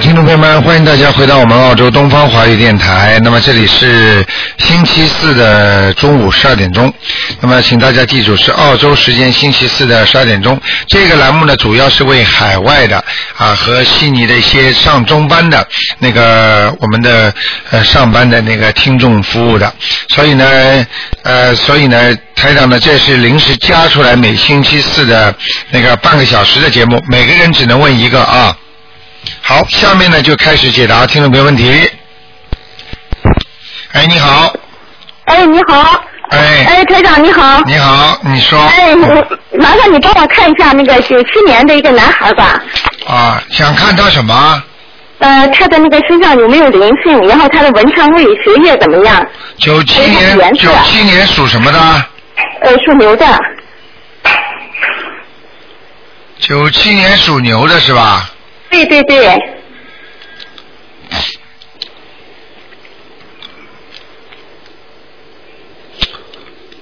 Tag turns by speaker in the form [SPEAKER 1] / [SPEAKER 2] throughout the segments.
[SPEAKER 1] 听众朋友们，欢迎大家回到我们澳洲东方华语电台。那么这里是星期四的中午十二点钟。那么请大家记住，是澳洲时间星期四的十二点钟。这个栏目呢，主要是为海外的啊和悉尼的一些上中班的那个我们的呃上班的那个听众服务的。所以呢，呃，所以呢，台长呢，这是临时加出来每星期四的那个半个小时的节目，每个人只能问一个啊。好，下面呢就开始解答听众朋友问题。哎，你好，
[SPEAKER 2] 哎，你好。
[SPEAKER 1] 哎，
[SPEAKER 2] 哎，台长你好。
[SPEAKER 1] 你好，你说
[SPEAKER 2] 哎，我麻烦你帮我看一下那个九七年的一个男孩吧，
[SPEAKER 1] 啊，想看他什么？
[SPEAKER 2] 呃，他的那个身上有没有灵性，然后他的文昌位学业怎么样？
[SPEAKER 1] 九七年
[SPEAKER 2] 哎颜，
[SPEAKER 1] 九
[SPEAKER 2] 色
[SPEAKER 1] 七年属什么的？
[SPEAKER 2] 呃，属牛的，
[SPEAKER 1] 九七年属牛的是吧？
[SPEAKER 2] 对对对，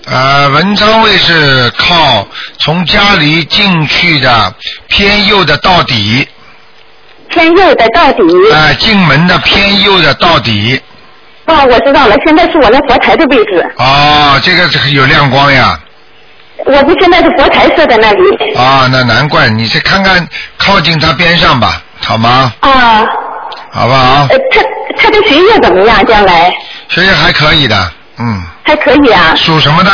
[SPEAKER 1] 呃，文昌位是靠从家里进去的偏右的到底，
[SPEAKER 2] 偏右的到底。
[SPEAKER 1] 啊、进门的偏右的到底。
[SPEAKER 2] 哦，我知道了，现在是我那佛台的位置，
[SPEAKER 1] 哦，这个这个有亮光呀。
[SPEAKER 2] 我不现在是佛台设在那里。
[SPEAKER 1] 啊，那难怪你再看看靠近他边上吧，好吗？
[SPEAKER 2] 啊，
[SPEAKER 1] 好不好？
[SPEAKER 2] 呃，他他的学业怎么样？将来
[SPEAKER 1] 学业还可以的，嗯，
[SPEAKER 2] 还可以啊，
[SPEAKER 1] 属什么的？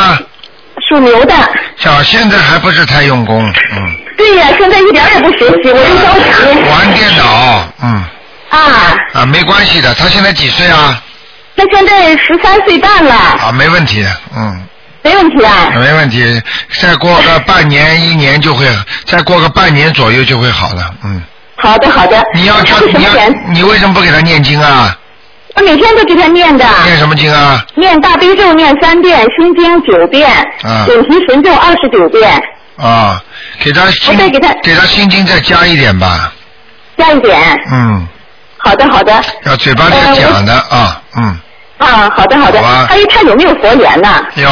[SPEAKER 2] 属牛的。
[SPEAKER 1] 小现在还不是太用功，嗯，
[SPEAKER 2] 对呀、现在一点儿也不学习，我就着急。
[SPEAKER 1] 玩电脑，嗯，
[SPEAKER 2] 啊，
[SPEAKER 1] 啊，没关系的，他现在几岁啊？
[SPEAKER 2] 他现在十三岁半了，
[SPEAKER 1] 啊，没问题的，嗯，
[SPEAKER 2] 没问题啊。
[SPEAKER 1] 没问题，再过个半年一年就会，再过个半年左右就会好了，嗯。
[SPEAKER 2] 好的，好的。
[SPEAKER 1] 你要
[SPEAKER 2] 他
[SPEAKER 1] 叫
[SPEAKER 2] 是什
[SPEAKER 1] 你
[SPEAKER 2] 么
[SPEAKER 1] 要
[SPEAKER 2] 人？
[SPEAKER 1] 你为什么不给他念经啊？
[SPEAKER 2] 我每天都给他念的，
[SPEAKER 1] 念什么经啊？
[SPEAKER 2] 念大悲咒念三遍，心经九遍
[SPEAKER 1] 啊，
[SPEAKER 2] 准提神咒二十九遍，
[SPEAKER 1] 啊，给他心
[SPEAKER 2] 我再给他
[SPEAKER 1] 给他心经再加一点吧，
[SPEAKER 2] 加一点。
[SPEAKER 1] 嗯。
[SPEAKER 2] 好的，好的。
[SPEAKER 1] 要嘴巴里要
[SPEAKER 2] 哎
[SPEAKER 1] 讲的啊，嗯，
[SPEAKER 2] 啊，好的，好的。
[SPEAKER 1] 好吧
[SPEAKER 2] 还有他有没有佛缘呢？
[SPEAKER 1] 有，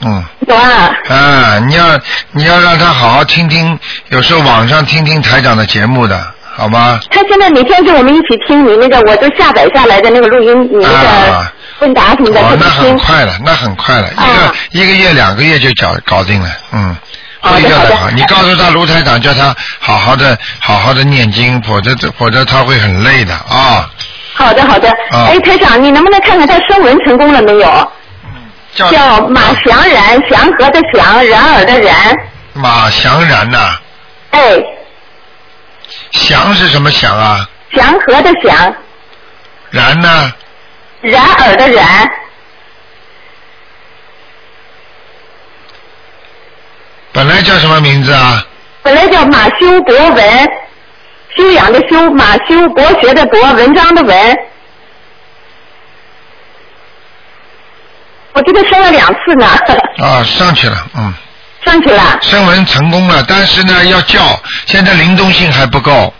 [SPEAKER 1] 嗯，
[SPEAKER 2] 有啊。
[SPEAKER 1] 啊，你要你要让他好好听听，有时候网上听听台长的节目的，好吗？
[SPEAKER 2] 他现在每天跟我们一起听你那个，我都下载下来的那个录音，你那个
[SPEAKER 1] 啊
[SPEAKER 2] 问答什么的
[SPEAKER 1] 哦
[SPEAKER 2] 都，
[SPEAKER 1] 那很
[SPEAKER 2] 听。
[SPEAKER 1] 快了，那很快了，一个、
[SPEAKER 2] 啊
[SPEAKER 1] 一个月两个月就搞搞定了，嗯。
[SPEAKER 2] 好的
[SPEAKER 1] 会教
[SPEAKER 2] 好
[SPEAKER 1] 的，
[SPEAKER 2] 的
[SPEAKER 1] 你告诉他卢台长，叫他好好的、好好的念经，否则否则他会很累的啊。
[SPEAKER 2] 好的，好的。
[SPEAKER 1] 啊
[SPEAKER 2] 哎，台长，你能不能看看他声纹成功了没有？
[SPEAKER 1] 叫
[SPEAKER 2] 叫马祥然，祥和的祥，然而的然。
[SPEAKER 1] 马祥然呐、
[SPEAKER 2] 哎，
[SPEAKER 1] 祥是什么祥啊？
[SPEAKER 2] 祥和的祥，
[SPEAKER 1] 然呢、
[SPEAKER 2] 然而的然。
[SPEAKER 1] 本来叫什么名字啊？
[SPEAKER 2] 本来叫马修博文，修养的修，马修博学的博，文章的文。我这个升了两次呢，
[SPEAKER 1] 啊，上去了，嗯。
[SPEAKER 2] 上去了，
[SPEAKER 1] 声纹成功了，但是呢要叫，现在灵动性还不够。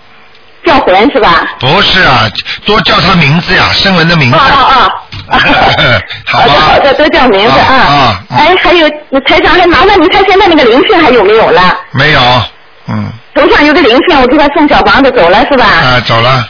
[SPEAKER 2] 叫魂是吧？
[SPEAKER 1] 不是啊，多叫他名字呀，声纹的名字。
[SPEAKER 2] 啊啊啊！
[SPEAKER 1] 嗯 好
[SPEAKER 2] 的
[SPEAKER 1] 吧
[SPEAKER 2] 好的，多叫名字
[SPEAKER 1] 啊啊嗯
[SPEAKER 2] 哎，还有台长，还麻烦您看现在那个灵性还有没有了？
[SPEAKER 1] 没有，嗯，
[SPEAKER 2] 头上有个灵性，我给他送小房子走了是吧？
[SPEAKER 1] 啊，走了，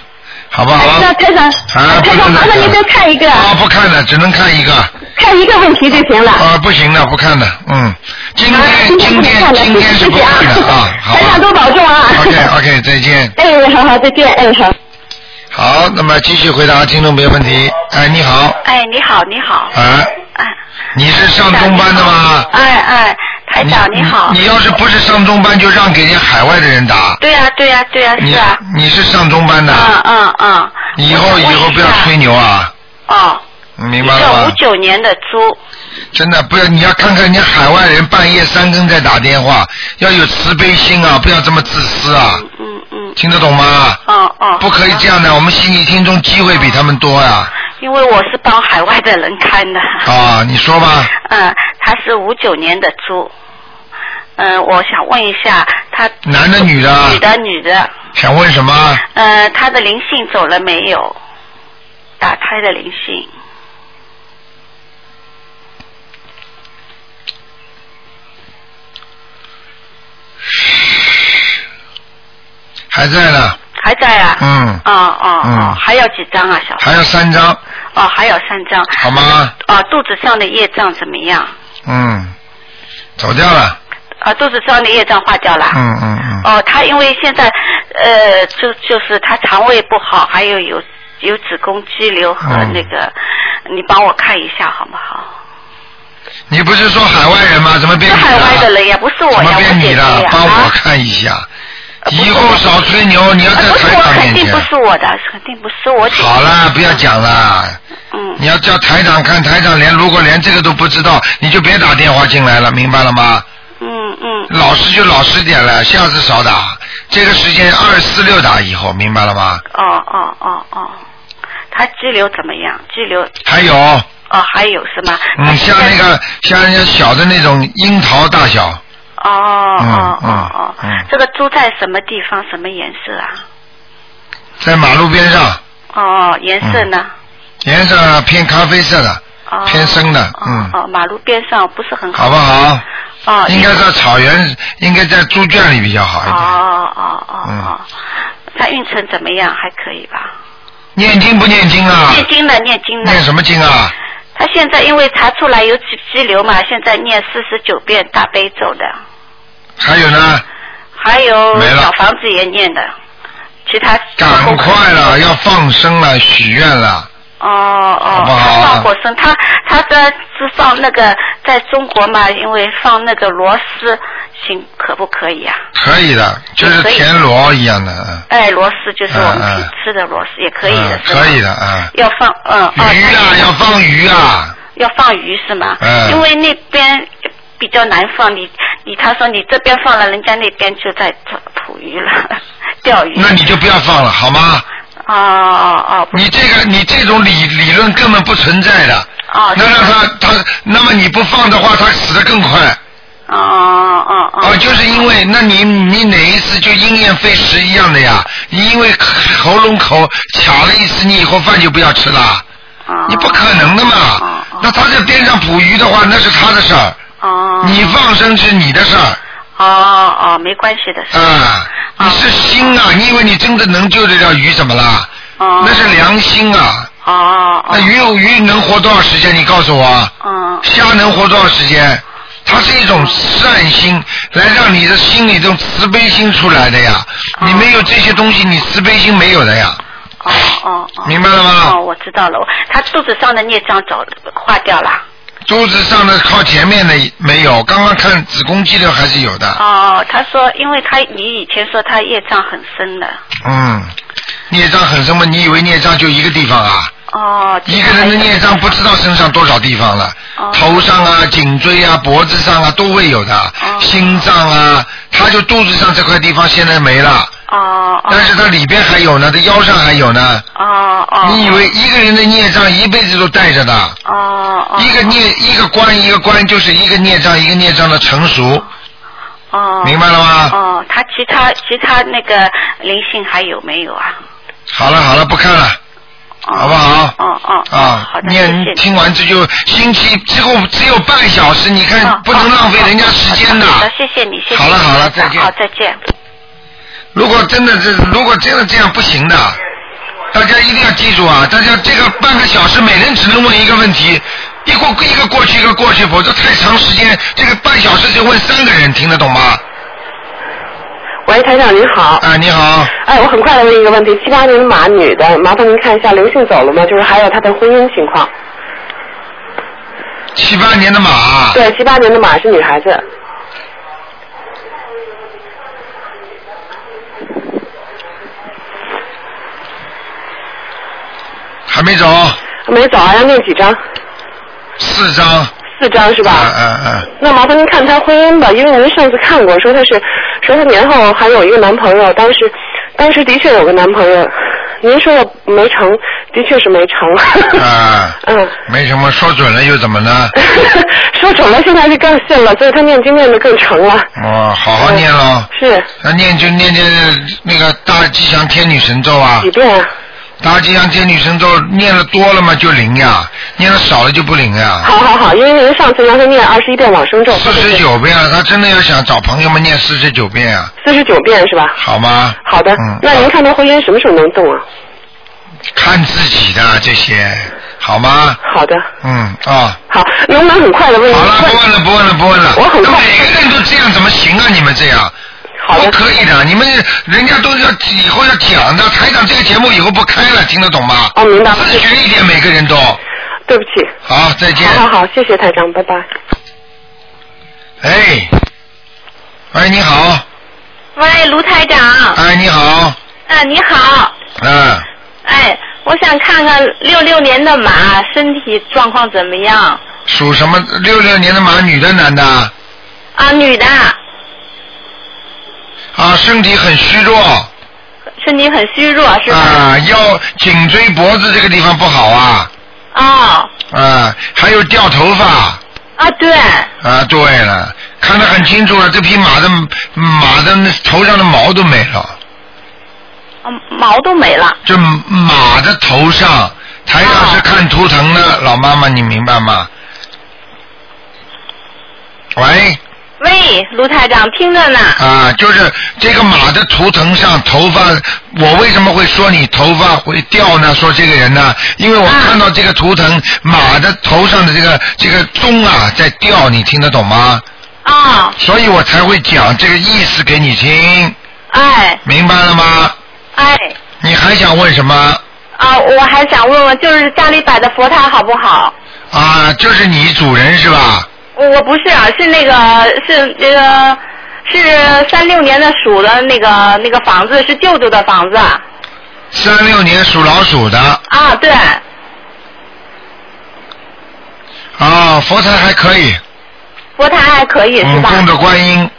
[SPEAKER 1] 好不好？
[SPEAKER 2] 哎，那台长，
[SPEAKER 1] 啊，不
[SPEAKER 2] 台
[SPEAKER 1] 能
[SPEAKER 2] 长，麻
[SPEAKER 1] 再
[SPEAKER 2] 烦您再看一个，
[SPEAKER 1] 啊，不看了，只能看一个。
[SPEAKER 2] 看一个问题就行了。
[SPEAKER 1] 啊，不行了，不看了，嗯，今
[SPEAKER 2] 啊
[SPEAKER 1] 天
[SPEAKER 2] 今
[SPEAKER 1] 今
[SPEAKER 2] 天
[SPEAKER 1] 天
[SPEAKER 2] 不
[SPEAKER 1] 今天是
[SPEAKER 2] 谢
[SPEAKER 1] 不
[SPEAKER 2] 谢啊
[SPEAKER 1] 看的 啊，，好
[SPEAKER 2] 台长多
[SPEAKER 1] 吧。
[SPEAKER 2] 保重啊。
[SPEAKER 1] OK OK，再见。
[SPEAKER 2] 哎，好好，再见，哎，好。
[SPEAKER 1] 好，那么继续回答听众朋友问题。哎，你好，
[SPEAKER 3] 哎，你好，你好，
[SPEAKER 1] 啊，
[SPEAKER 3] 哎，
[SPEAKER 1] 你是上中班的吗？
[SPEAKER 3] 哎哎，台长你好，
[SPEAKER 1] 你要是不是上中班，就让给人家海外的人打。
[SPEAKER 3] 对呀、对呀、对呀、
[SPEAKER 1] 你
[SPEAKER 3] 是啊，
[SPEAKER 1] 你是上中班的，
[SPEAKER 3] 嗯嗯嗯，
[SPEAKER 1] 你以后
[SPEAKER 3] 我
[SPEAKER 1] 以
[SPEAKER 3] 想问
[SPEAKER 1] 后不要
[SPEAKER 3] 一下
[SPEAKER 1] 吹牛啊，
[SPEAKER 3] 哦，
[SPEAKER 1] 你明白了
[SPEAKER 3] 叫五
[SPEAKER 1] 吗？
[SPEAKER 3] 九年的猪，
[SPEAKER 1] 真的不要，你要看看人家海外人半夜三更在打电话，要有慈悲心啊，不要这么自私啊，
[SPEAKER 3] 嗯嗯，
[SPEAKER 1] 听得懂吗？
[SPEAKER 3] 哦哦，
[SPEAKER 1] 不可以这样的，我们心理听众机会比他们多呀、
[SPEAKER 3] 因为我是帮海外的人看的，
[SPEAKER 1] 啊。 你说吧，
[SPEAKER 3] 嗯，他是五九年的猪，嗯，我想问一下他
[SPEAKER 1] 男的女的啊？
[SPEAKER 3] 女的女的，
[SPEAKER 1] 想问什么？
[SPEAKER 3] 呃，他的灵性走了没有？打胎的灵性，
[SPEAKER 1] 还在呢，
[SPEAKER 3] 还在啊。
[SPEAKER 1] 嗯
[SPEAKER 3] 哦哦
[SPEAKER 1] 嗯
[SPEAKER 3] 哦，还要几张啊，小？
[SPEAKER 1] 还有三张，
[SPEAKER 3] 哦，还有三张。
[SPEAKER 1] 好吗？
[SPEAKER 3] 啊，肚子上的业障怎么样？
[SPEAKER 1] 嗯，走掉了，
[SPEAKER 3] 啊，肚子上的业障化掉了。
[SPEAKER 1] 嗯嗯嗯，
[SPEAKER 3] 哦，他因为现在呃，就就是他肠胃不好，还有有有子宫肌瘤和
[SPEAKER 1] 嗯
[SPEAKER 3] 那个，你帮我看一下好不好？
[SPEAKER 1] 你不是说海外人吗？怎么变
[SPEAKER 3] 是
[SPEAKER 1] 你
[SPEAKER 3] 海外的
[SPEAKER 1] 了？
[SPEAKER 3] 人呀，不是我
[SPEAKER 1] 怎么
[SPEAKER 3] 呀，我
[SPEAKER 1] 变
[SPEAKER 3] 姐
[SPEAKER 1] 你
[SPEAKER 3] 姐
[SPEAKER 1] 了
[SPEAKER 3] 呀？
[SPEAKER 1] 帮我
[SPEAKER 3] 啊，
[SPEAKER 1] 看一下，
[SPEAKER 3] 呃不是
[SPEAKER 1] 以后少吹牛，你要
[SPEAKER 3] 啊
[SPEAKER 1] 在
[SPEAKER 3] 不是
[SPEAKER 1] 台
[SPEAKER 3] 我，
[SPEAKER 1] 长
[SPEAKER 3] 肯
[SPEAKER 1] 面
[SPEAKER 3] 定不
[SPEAKER 1] 前。
[SPEAKER 3] 是我的，肯定不是我姐姐。
[SPEAKER 1] 好啦，不要讲啦。
[SPEAKER 3] 嗯。
[SPEAKER 1] 你要叫台长看，台长连如果连这个都不知道，你就别打电话进来了，明白了吗？
[SPEAKER 3] 嗯嗯
[SPEAKER 1] 老实就老实点了，下次少打。这个时间二四六打以后，明白了吗？
[SPEAKER 3] 哦哦哦哦，他肌瘤怎么样？肌瘤
[SPEAKER 1] 还有，
[SPEAKER 3] 哦，还有是吗？他
[SPEAKER 1] 嗯，
[SPEAKER 3] 现
[SPEAKER 1] 像
[SPEAKER 3] 在
[SPEAKER 1] 那个像人家小的那种樱桃大小，
[SPEAKER 3] 哦哦
[SPEAKER 1] 嗯
[SPEAKER 3] 哦哦
[SPEAKER 1] 嗯，
[SPEAKER 3] 这个猪在什么地方？什么颜色啊？
[SPEAKER 1] 在马路边上，
[SPEAKER 3] 哦，颜色呢？
[SPEAKER 1] 颜色偏咖啡色的，
[SPEAKER 3] 哦，
[SPEAKER 1] 偏深的
[SPEAKER 3] 哦
[SPEAKER 1] 嗯
[SPEAKER 3] 哦，马路边上不是很
[SPEAKER 1] 好不
[SPEAKER 3] 好？
[SPEAKER 1] 好？
[SPEAKER 3] 哦，
[SPEAKER 1] 应该在草原，应该在猪圈里比较好
[SPEAKER 3] 哦
[SPEAKER 1] 一点。
[SPEAKER 3] 哦哦哦
[SPEAKER 1] 嗯
[SPEAKER 3] 哦，他运程怎么样？还可以吧？
[SPEAKER 1] 念经不念经啊？
[SPEAKER 3] 念经呢，念经呢。
[SPEAKER 1] 念什么经啊？
[SPEAKER 3] 他现在因为查出来有肌肌瘤嘛，现在念四十九遍大悲咒的，
[SPEAKER 1] 还有呢？
[SPEAKER 3] 还有
[SPEAKER 1] 没了
[SPEAKER 3] 小房子也念的，其他
[SPEAKER 1] 赶快了，要放生了，许愿了。
[SPEAKER 3] 哦哦，
[SPEAKER 1] 好不好啊
[SPEAKER 3] 他放火生，他他在是放那个在中国嘛，因为放那个螺丝，行可不可以啊？
[SPEAKER 1] 可以的，就是
[SPEAKER 3] 可以
[SPEAKER 1] 田螺一样的，嗯，
[SPEAKER 3] 哎，螺丝就是我们
[SPEAKER 1] 嗯嗯
[SPEAKER 3] 平吃的螺丝，也可以的
[SPEAKER 1] 嗯，
[SPEAKER 3] 是吗
[SPEAKER 1] 可以。的啊。
[SPEAKER 3] 要放嗯，哦
[SPEAKER 1] 鱼啊，要放鱼啊，
[SPEAKER 3] 要放鱼是吗？
[SPEAKER 1] 嗯
[SPEAKER 3] 因为那边比较难放，你你他说你这边放了，人家那边就在捕捕鱼了， 钓鱼。
[SPEAKER 1] 那你就不要放了，好吗？
[SPEAKER 3] 哦哦哦，不
[SPEAKER 1] 你这个你这种理理论根本不存在的。
[SPEAKER 3] 哦
[SPEAKER 1] 那让他他，那么你不放的话，他死得更快。
[SPEAKER 3] 哦哦哦
[SPEAKER 1] 哦，就是因为，那你你哪一次就因噎废食一样的呀？你因为喉咙口卡了一次，你以后饭就不要吃了，
[SPEAKER 3] 哦，
[SPEAKER 1] 你不可能的嘛
[SPEAKER 3] 哦哦。
[SPEAKER 1] 那他在边上捕鱼的话，那是他的事儿，
[SPEAKER 3] 哦，
[SPEAKER 1] 你放生是你的事儿。
[SPEAKER 3] 哦哦，没关系的是吧。
[SPEAKER 1] 啊，你是心啊！你以为你真的能救得了鱼怎么啦？
[SPEAKER 3] 哦，
[SPEAKER 1] 那是良心啊！
[SPEAKER 3] 哦哦，
[SPEAKER 1] 那鱼有鱼能活多少时间？你告诉我，啊
[SPEAKER 3] 嗯
[SPEAKER 1] 虾能活多少时间？它是一种善心，来让你的心里这种慈悲心出来的呀。
[SPEAKER 3] 哦
[SPEAKER 1] 你没有这些东西，你慈悲心没有的呀，
[SPEAKER 3] 哦哦哦，
[SPEAKER 1] 明白了
[SPEAKER 3] 哦，
[SPEAKER 1] 吗？
[SPEAKER 3] 我知道了，我他肚子上的孽障走化掉了。
[SPEAKER 1] 肚子上的靠前面的没有，刚刚看子宫肌瘤还是有的。
[SPEAKER 3] 哦，他说，因为他你以前说他业障很深的。
[SPEAKER 1] 嗯，孽障很深吗？你以为孽障就一个地方啊？
[SPEAKER 3] 哦，
[SPEAKER 1] 一个人的孽障不知道身上多少地方了，
[SPEAKER 3] 哦
[SPEAKER 1] 头上啊、颈椎啊、脖子上啊都会有的，
[SPEAKER 3] 哦
[SPEAKER 1] 心脏啊，他就肚子上这块地方现在没了，
[SPEAKER 3] 哦哦
[SPEAKER 1] 但是他里边还有呢，他腰上还有呢。
[SPEAKER 3] 哦哦，
[SPEAKER 1] 你以为一个人的孽障一辈子都带着的？
[SPEAKER 3] 哦哦
[SPEAKER 1] 一个孽一个关一个关，就是一个孽障一个孽障的成熟，
[SPEAKER 3] 哦，
[SPEAKER 1] 明白了吗？
[SPEAKER 3] 哦，他其他其他那个灵性还有没有啊？
[SPEAKER 1] 好了好了，不看了。
[SPEAKER 3] 哦、
[SPEAKER 1] 好不好
[SPEAKER 3] 哦哦哦
[SPEAKER 1] 啊
[SPEAKER 3] 好，的，谢
[SPEAKER 1] 念
[SPEAKER 3] 谢你。
[SPEAKER 1] 听完这就星期之后只有半小时，你看
[SPEAKER 3] 哦
[SPEAKER 1] 不能浪费人家时间
[SPEAKER 3] 好的，谢谢你，谢谢你。
[SPEAKER 1] 好了好了再见
[SPEAKER 3] 好，再见。
[SPEAKER 1] 如果真的是，如果真的这样不行的，大家一定要记住啊！大家这个半个小时，每人只能问一个问题，一过一个过去一个过去，否则太长时间，这个半小时只问三个人，听得懂吗？
[SPEAKER 4] 喂，台长您好。
[SPEAKER 1] 啊，你好，
[SPEAKER 4] 哎，我很快的问一个问题，七八年马女的，麻烦您看一下刘姓走了吗？就是还有她的婚姻情况。
[SPEAKER 1] 啊七八年的马，
[SPEAKER 4] 对，七八年的马是女孩子，
[SPEAKER 1] 还没走，
[SPEAKER 4] 没走，啊还要念几张？
[SPEAKER 1] 四张，
[SPEAKER 4] 四张是吧？
[SPEAKER 1] 嗯嗯嗯，
[SPEAKER 4] 那麻烦您看她婚姻吧，因为您上次看过，说她是，说她年后还有一个男朋友，当时，当时的确有个男朋友，您说的没成，的确是没成。
[SPEAKER 1] 啊
[SPEAKER 4] 嗯。
[SPEAKER 1] 没什么，说准了又怎么呢？
[SPEAKER 4] 说准了，现在是更信了，所以她念经念的更成了。
[SPEAKER 1] 哦，好好念喽，
[SPEAKER 4] 是
[SPEAKER 1] 那念就念念那个大吉祥天女神咒啊
[SPEAKER 4] 几，遍啊？
[SPEAKER 1] 大吉祥天女神咒念了多了嘛就灵呀，念了少了就不灵呀。
[SPEAKER 2] 好好好，因为您上次让他念二十一遍往生咒，
[SPEAKER 1] 四十九遍了，他真的要想找朋友们念四十九遍啊，
[SPEAKER 2] 四十九遍是吧？
[SPEAKER 1] 好吗？
[SPEAKER 2] 好的，
[SPEAKER 1] 嗯，
[SPEAKER 2] 那您看他婚姻什么时候能动啊？
[SPEAKER 1] 看自己的这些，好吗？
[SPEAKER 2] 好的，
[SPEAKER 1] 嗯啊，
[SPEAKER 2] 好，能不能很快的问一
[SPEAKER 1] 好了，不
[SPEAKER 2] 问？
[SPEAKER 1] 问了，不问了，不问了。
[SPEAKER 2] 嗯我很
[SPEAKER 1] 那
[SPEAKER 2] 快
[SPEAKER 1] 每个人都这样怎么行啊？你们这样。
[SPEAKER 2] 好
[SPEAKER 1] 不
[SPEAKER 2] 的，
[SPEAKER 1] 可以的，你们人家都要以后要讲的，台长这个节目以后不开了，听得懂吗？
[SPEAKER 2] 哦，明白了，
[SPEAKER 1] 自觉一点，每个人都
[SPEAKER 2] 对不起，
[SPEAKER 1] 好，再见。
[SPEAKER 2] 好好好，谢谢台长，拜拜。
[SPEAKER 1] 哎，喂，你好，
[SPEAKER 5] 喂，卢台长，啊、
[SPEAKER 1] 哎，你好，
[SPEAKER 5] 你好，
[SPEAKER 1] 嗯，
[SPEAKER 5] 哎，我想看看六六年的马身体状况怎么样？
[SPEAKER 1] 属什么？六六年的马，女的，男的？
[SPEAKER 5] 啊，女的，
[SPEAKER 1] 啊，身体很虚弱，
[SPEAKER 5] 身体很虚弱是吧？
[SPEAKER 1] 啊，腰、颈椎、脖子这个地方不好啊，
[SPEAKER 5] 哦，
[SPEAKER 1] 啊，还有掉头发，
[SPEAKER 5] 啊对，
[SPEAKER 1] 啊，对了，看得很清楚了，这匹马的马的头上的毛都没了。
[SPEAKER 5] 啊毛都没了。
[SPEAKER 1] 这马的头上，台上是看图腾
[SPEAKER 5] 哦
[SPEAKER 1] 的，老妈妈，你明白吗？喂，
[SPEAKER 5] 喂，卢台长，听着呢。
[SPEAKER 1] 啊，就是这个马的图腾上头发，我为什么会说你头发会掉呢？说这个人呢，因为我
[SPEAKER 5] 啊
[SPEAKER 1] 看到这个图腾，马的头上的这个这个钟啊在掉，你听得懂吗？
[SPEAKER 5] 哦，
[SPEAKER 1] 所以我才会讲这个意思给你听，
[SPEAKER 5] 哎
[SPEAKER 1] 明白了吗？
[SPEAKER 5] 哎，
[SPEAKER 1] 你还想问什么？
[SPEAKER 5] 啊，我还想问问，就是家里摆的佛台好不好？
[SPEAKER 1] 啊，就是你主人是吧？
[SPEAKER 5] 我我不是啊，是那个是那个是三六年的鼠的那个那个房子是舅舅的房子啊，
[SPEAKER 1] 三六年属老鼠的
[SPEAKER 5] 啊对。
[SPEAKER 1] 啊，佛台还可以，
[SPEAKER 5] 佛台还可以是
[SPEAKER 1] 嗯，
[SPEAKER 5] 吧？
[SPEAKER 1] 供着观音，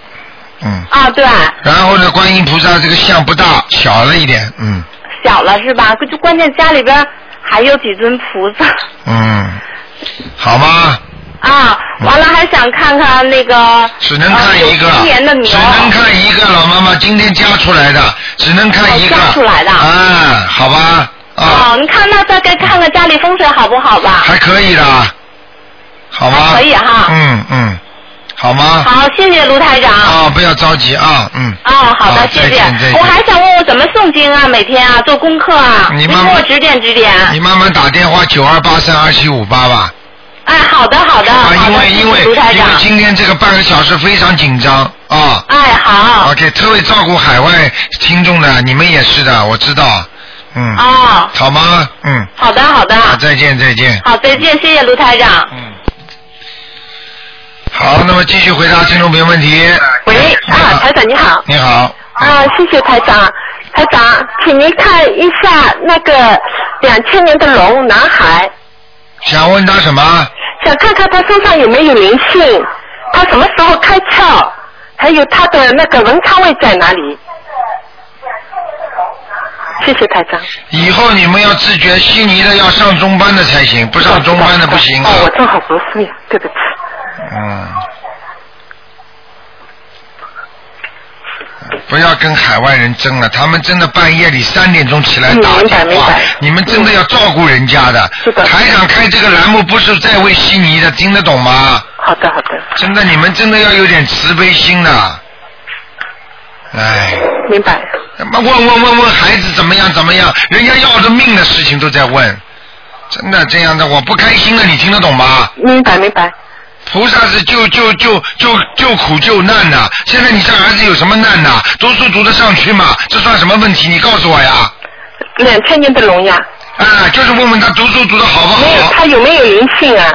[SPEAKER 1] 嗯，
[SPEAKER 5] 啊，对，
[SPEAKER 1] 然后呢，观音菩萨这个像不大，小了一点，嗯
[SPEAKER 5] 小了是吧？就关键家里边还有几尊菩萨
[SPEAKER 1] 嗯，好吗？
[SPEAKER 5] 啊。完了还想看看那个，
[SPEAKER 1] 只能看一个，
[SPEAKER 5] 呃有今年的牛
[SPEAKER 1] 只能看一个，老妈妈今天加出来的，只能看一个，
[SPEAKER 5] 哦加出来的
[SPEAKER 1] 啊，好吧，啊，
[SPEAKER 5] 哦，你看那再该看看家里风水好不好吧？
[SPEAKER 1] 还可以的，好吗？
[SPEAKER 5] 还可以哈
[SPEAKER 1] 嗯嗯，好吗？
[SPEAKER 5] 好，谢谢卢台长。
[SPEAKER 1] 啊，不要着急啊，嗯，
[SPEAKER 5] 哦，好
[SPEAKER 1] 好
[SPEAKER 5] 的，谢
[SPEAKER 1] 再
[SPEAKER 5] 谢
[SPEAKER 1] 见再见。
[SPEAKER 5] 我还想问我怎么诵经啊，每天啊做功课啊，
[SPEAKER 1] 你
[SPEAKER 5] 您
[SPEAKER 1] 慢慢
[SPEAKER 5] 给我指点指点。
[SPEAKER 1] 你慢慢打电话九二八三二七五八吧。
[SPEAKER 5] 哎，好的，好的，
[SPEAKER 1] 啊，
[SPEAKER 5] 好
[SPEAKER 1] 因
[SPEAKER 5] 的，
[SPEAKER 1] 为
[SPEAKER 5] 谢
[SPEAKER 1] 因为
[SPEAKER 5] 谢
[SPEAKER 1] 因
[SPEAKER 5] 卢台
[SPEAKER 1] 为
[SPEAKER 5] 长。
[SPEAKER 1] 今天这个半个小时非常紧张啊。
[SPEAKER 5] 哎，好。
[SPEAKER 1] OK，特别照顾海外听众的，你们也是的，我知道。嗯。
[SPEAKER 5] 哦，
[SPEAKER 1] 好吗？嗯。
[SPEAKER 5] 好的，好的，
[SPEAKER 1] 好，再见，再见。
[SPEAKER 5] 好，再见，谢谢卢台长。
[SPEAKER 1] 嗯。好，那么继续回答听众朋友问题。
[SPEAKER 2] 喂，啊，台长你好。
[SPEAKER 1] 你好。
[SPEAKER 2] 啊，谢谢台长。台长，请您看一下那个两千年的龙男孩，
[SPEAKER 1] 想问他什么？
[SPEAKER 2] 想看看他身上有没有灵性，他什么时候开窍，还有他的那个文昌位在哪里？谢谢台长。
[SPEAKER 1] 以后你们要自觉，悉尼的要上中班的才行，不上中班的不行啊。
[SPEAKER 2] 哦，我正好不是，对不起。
[SPEAKER 1] 嗯，不要跟海外人争了，他们真的半夜里三点钟起来
[SPEAKER 2] 嗯
[SPEAKER 1] 打
[SPEAKER 2] 明白
[SPEAKER 1] 电
[SPEAKER 2] 明
[SPEAKER 1] 话
[SPEAKER 2] 白，嗯
[SPEAKER 1] 你们真的要照顾人家的。
[SPEAKER 2] 是的
[SPEAKER 1] 台长开这个栏目不是在为悉尼的，听得懂吗？
[SPEAKER 2] 好的，好的，
[SPEAKER 1] 真的，你们真的要有点慈悲心的。哎，
[SPEAKER 2] 明白。
[SPEAKER 1] 他妈问问问问孩子怎么样怎么样，人家要着命的事情都在问，真的这样的我不开心的，你听得懂吗？
[SPEAKER 2] 明白明白，
[SPEAKER 1] 菩萨是救救救救救苦救难呐、现在你这儿子有什么难呐、读书读得上去吗？这算什么问题？你告诉我呀！
[SPEAKER 2] 两千年的龙呀，
[SPEAKER 1] 啊，就是问问他读书读得哦好不
[SPEAKER 2] 没有
[SPEAKER 1] 好？
[SPEAKER 2] 他有没有灵性啊？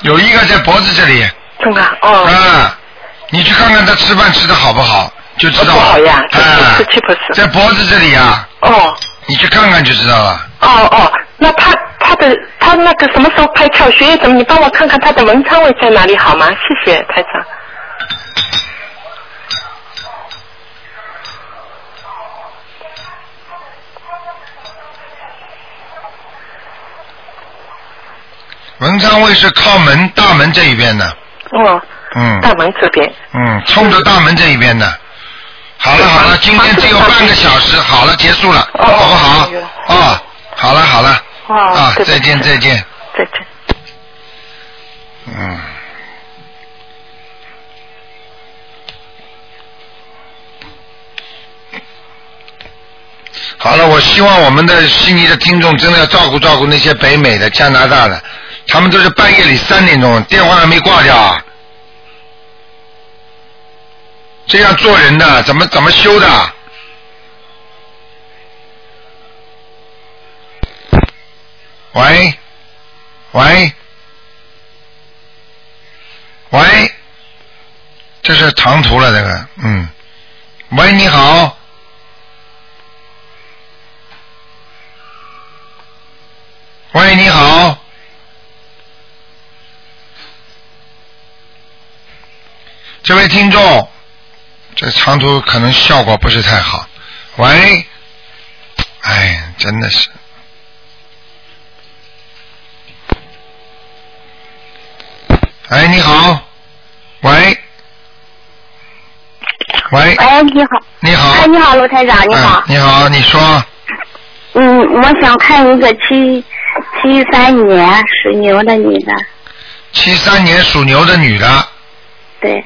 [SPEAKER 1] 有一个在脖子这里
[SPEAKER 2] 真的啊哦，
[SPEAKER 1] 啊，你去看看他吃饭吃得好不好，就知道
[SPEAKER 2] 不
[SPEAKER 1] 了。
[SPEAKER 2] 好呀
[SPEAKER 1] 啊
[SPEAKER 2] 吃吃不吃
[SPEAKER 1] 在脖子这里啊，
[SPEAKER 2] 哦
[SPEAKER 1] 你去看看就知道了。
[SPEAKER 2] 哦哦，那他他的他那个什么时候开窍？学业怎么？你帮我看看他的文昌位在哪里好吗？谢谢台长。
[SPEAKER 1] 文昌位是靠门大门这一边的，
[SPEAKER 2] 哦，
[SPEAKER 1] 嗯
[SPEAKER 2] 大门这边
[SPEAKER 1] 嗯，冲着大门这一边的。好了好了，今天只有半个小时，好了，结束了，好不好？哦，好了好了，
[SPEAKER 3] 哦
[SPEAKER 1] 啊，再见再见，
[SPEAKER 3] 再见。
[SPEAKER 1] 嗯。好了，我希望我们的悉尼的听众真的要照顾照顾那些北美的、加拿大的，他们都是半夜里三点钟，电话还没挂掉啊。这样做人的，怎么怎么修的？啊喂，喂，喂，这是长途了，这个，嗯，喂，你好，喂，你好，这位听众，这长途可能效果不是太好，喂，哎，真的是。哎，你好，喂，喂，
[SPEAKER 6] 哎，你好。
[SPEAKER 1] 你好，
[SPEAKER 6] 哎，你好，罗台长，你好
[SPEAKER 1] 哎。你好，你说，
[SPEAKER 6] 嗯，我想看一个七七三年属牛的女的，
[SPEAKER 1] 七三年属牛的女的，
[SPEAKER 6] 对，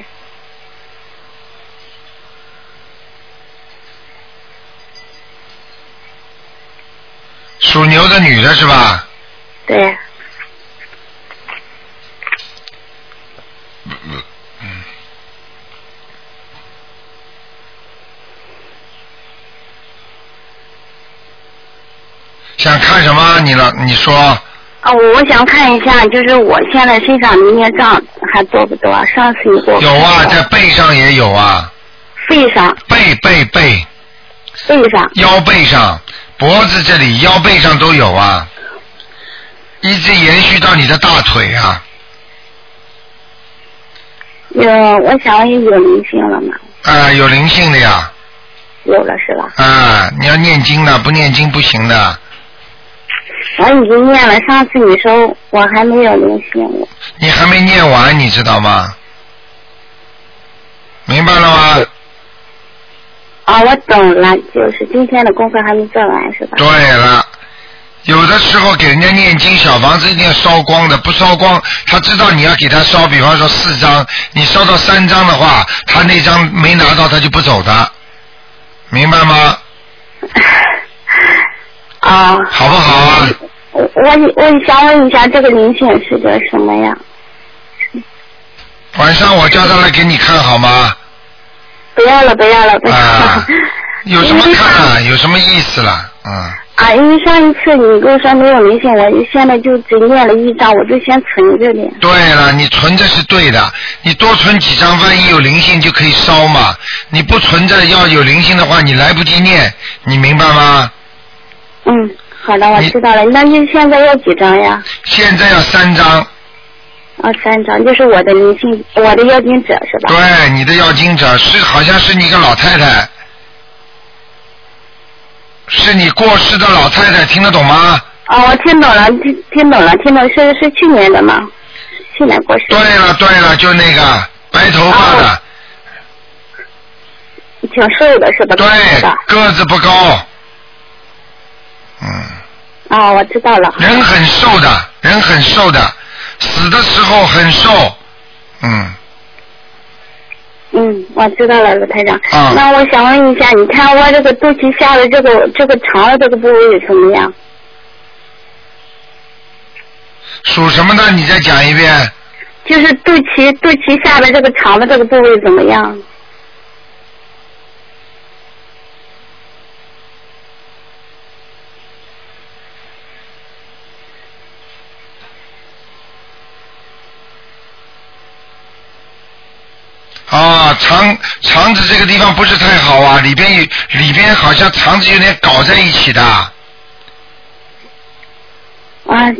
[SPEAKER 1] 属牛的女的是吧？
[SPEAKER 6] 对，
[SPEAKER 1] 想看什么？你了，你说，
[SPEAKER 6] 啊，我我想看一下，就是我现在身上的孽障还多不多？上次你给我
[SPEAKER 1] 有啊，在背上也有啊，
[SPEAKER 6] 背上，
[SPEAKER 1] 背背背，
[SPEAKER 6] 背上，
[SPEAKER 1] 腰背上、脖子这里、腰背上都有啊，一直延续到你的大腿啊，
[SPEAKER 6] 有，嗯我想有灵性了吗？
[SPEAKER 1] 啊、有灵性的呀，
[SPEAKER 6] 有了是吧？
[SPEAKER 1] 啊、你要念经的，不念经不行的。
[SPEAKER 6] 我已经念了，上次你说我还没有灵性，我
[SPEAKER 1] 你还没念完，你知道吗？明白了吗？
[SPEAKER 6] 啊，我懂了，就是今天的功课还没做完是吧？
[SPEAKER 1] 对了，有的时候给人家念经，小房子一定要烧光的，不烧光，他知道你要给他烧，比方说四张，你烧到三张的话，他那张没拿到，他就不走的，明白吗？
[SPEAKER 6] 啊，
[SPEAKER 1] 好不好啊？
[SPEAKER 6] 我我我想问一下，这个灵性是个什么呀？
[SPEAKER 1] 晚上我叫他来给你看好吗？
[SPEAKER 6] 不要了，不要了，不要了。
[SPEAKER 1] 啊有什么看啊？有什么意思啦？嗯，
[SPEAKER 6] 啊，因为上一次你跟我说没有灵性，我就现在就只念了一张，我就先存着点。
[SPEAKER 1] 对了，你存着是对的，你多存几张，万一有灵性就可以烧嘛。你不存着要有灵性的话，你来不及念，你明白吗？
[SPEAKER 6] 嗯，好的，我
[SPEAKER 1] 你
[SPEAKER 6] 知道了。那就现在要几张呀？
[SPEAKER 1] 现在要三张，
[SPEAKER 6] 啊，三张，就是我的灵性，我的邀请者是吧？
[SPEAKER 1] 对，你的要经者是好像是你一个老太太，是你过世的老太太，听得懂吗？
[SPEAKER 6] 啊，我听懂了，听听懂了，听懂是是去年的吗？是去年过世。
[SPEAKER 1] 对了对了，就那个白头发的，
[SPEAKER 6] 哦挺瘦的是吧？是
[SPEAKER 1] 对
[SPEAKER 6] 吧，
[SPEAKER 1] 个子不高，嗯，
[SPEAKER 6] 啊，我知道了。
[SPEAKER 1] 人很瘦的，人很瘦的，死的时候很瘦，嗯，
[SPEAKER 6] 嗯，我知道了，卢台长。
[SPEAKER 1] 啊
[SPEAKER 6] 那我想问一下，你看我这个肚脐下的这个这个肠的这个部位怎么样？
[SPEAKER 1] 属什么的？你再讲一遍。
[SPEAKER 6] 就是肚脐肚脐下边这个肠的这个部位怎么样？
[SPEAKER 1] 啊，肠肠子这个地方不是太好啊，里边有里边好像肠子有点搞在一起的，
[SPEAKER 6] 啊，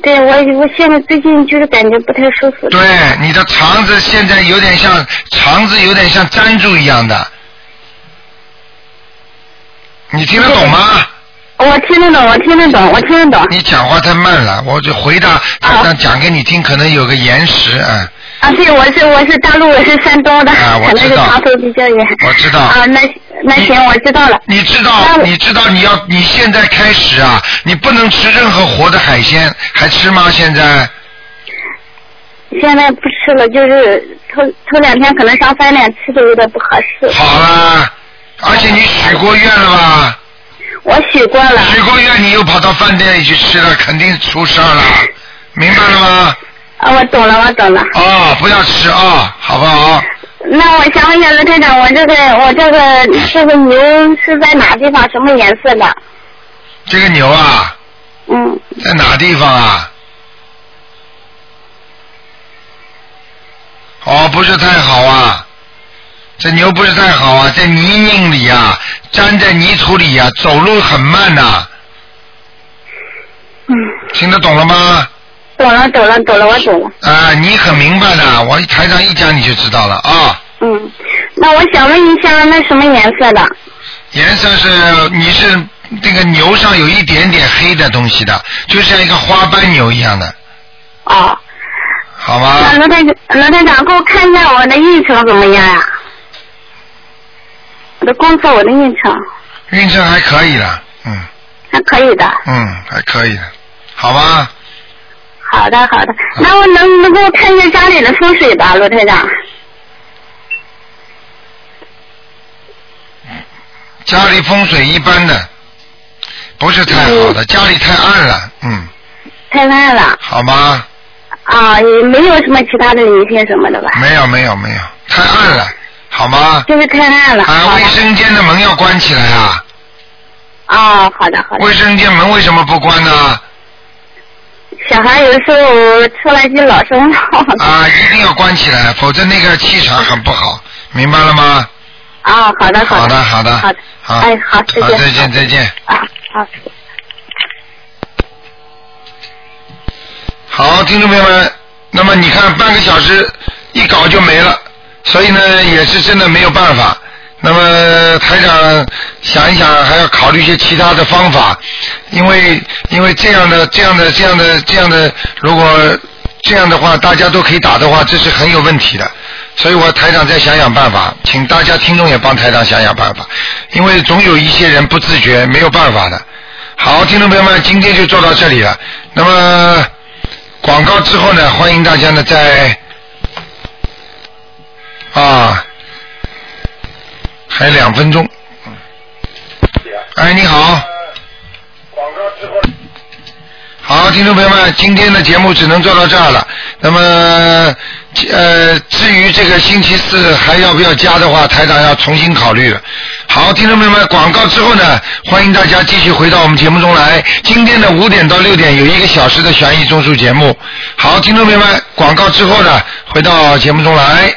[SPEAKER 6] 对我我现在最近就是感觉不太舒服。
[SPEAKER 1] 对，你的肠子现在有点像肠子有点像粘住一样的，你听得懂吗？
[SPEAKER 6] 哦我听得懂，我听得懂，我听得懂。
[SPEAKER 1] 你讲话太慢了，我就回答
[SPEAKER 6] 啊
[SPEAKER 1] 想讲给你听，可能有个延时啊，
[SPEAKER 6] 啊，对，我是我是大陆，我是山东的，
[SPEAKER 1] 啊我
[SPEAKER 6] 可能
[SPEAKER 1] 知
[SPEAKER 6] 是
[SPEAKER 1] 道
[SPEAKER 6] 长途比较远。
[SPEAKER 1] 我知道
[SPEAKER 6] 啊，那那行，我知道了。
[SPEAKER 1] 你知道
[SPEAKER 6] 那，我
[SPEAKER 1] 你知道你要你现在开始啊，你不能吃任何活的海鲜，还吃吗？现在
[SPEAKER 6] 现在不吃了，就是头头两天可能上饭店吃的有点不合适。
[SPEAKER 1] 好啦，而且你许过愿了吧？
[SPEAKER 6] 我许过了，
[SPEAKER 1] 许过愿，你又跑到饭店里去吃了，肯定出事儿了，明白了吗？
[SPEAKER 6] 啊，我懂了，我懂了。
[SPEAKER 1] 哦，不要吃啊、好不好？
[SPEAKER 6] 那我想问一下罗台长，我这个我这个这个牛是在哪地方，什么颜色的？
[SPEAKER 1] 这个牛啊，
[SPEAKER 6] 嗯，
[SPEAKER 1] 在哪地方啊？哦，不是太好啊，这牛不是太好啊，在泥泞里啊，粘在泥土里啊，走路很慢呐、
[SPEAKER 6] 嗯，
[SPEAKER 1] 听得懂了吗？
[SPEAKER 6] 懂了，懂了，懂了，我懂了。
[SPEAKER 1] 啊、你很明白的，我台上一讲你就知道了啊。
[SPEAKER 6] 嗯，那我想问一下，那什么颜色的？
[SPEAKER 1] 颜色是你是那个牛上有一点点黑的东西的，就像一个花斑牛一样的，
[SPEAKER 6] 哦，
[SPEAKER 1] 好吗？
[SPEAKER 6] 那罗台罗台长，给我看一下我的运程怎么样呀、我的工作，我的运程
[SPEAKER 1] 运程还可以了，嗯
[SPEAKER 6] 还可以的。
[SPEAKER 1] 嗯，还可以的，好吗？
[SPEAKER 6] 好的，好的。那我能能给我看一下家里的风水吧，罗台长？
[SPEAKER 1] 家里风水一般的，不是太好的，家里太暗了，嗯，
[SPEAKER 6] 太暗了
[SPEAKER 1] 好吗？
[SPEAKER 6] 啊，也没有什么其他的灵性什么的吧？
[SPEAKER 1] 没有没有没有，太暗了，好吗？
[SPEAKER 6] 就是太暗了。
[SPEAKER 1] 啊，
[SPEAKER 6] 好
[SPEAKER 1] 卫
[SPEAKER 6] 的。
[SPEAKER 1] 生间的门要关起来啊！
[SPEAKER 6] 哦，好的，好的。
[SPEAKER 1] 卫生间门为什么不关呢？
[SPEAKER 6] 小孩有时候出来就老是闹。
[SPEAKER 1] 啊，一定要关起来，否则那个气场很不好，明白了吗？
[SPEAKER 6] 啊，好的，
[SPEAKER 1] 好
[SPEAKER 6] 的，
[SPEAKER 1] 的，好的，
[SPEAKER 6] 好的
[SPEAKER 1] 好，
[SPEAKER 6] 哎好再见
[SPEAKER 1] 好，再见，再见。
[SPEAKER 6] 啊，好。
[SPEAKER 1] 好，听众朋友们，那么你看半个小时一搞就没了，所以呢也是真的没有办法。那么台长想一想，还要考虑一些其他的方法，因为因为这样的这样的这样的这样的，如果这样的话大家都可以打的话，这是很有问题的。所以我台长再想想办法，请大家听众也帮台长想想办法，因为总有一些人不自觉没有办法的。好，听众朋友们，今天就做到这里了。那么。广告之后呢，欢迎大家呢在啊，还有两分钟。哎，你好。广告之后。好，听众朋友们，今天的节目只能做到这儿了。那么，呃，至于这个星期四还要不要加的话，台长要重新考虑了。好，听众朋友们，广告之后呢，欢迎大家继续回到我们节目中来。今天的五点到六点有一个小时的悬疑综述节目。好，听众朋友们，广告之后呢，回到节目中来。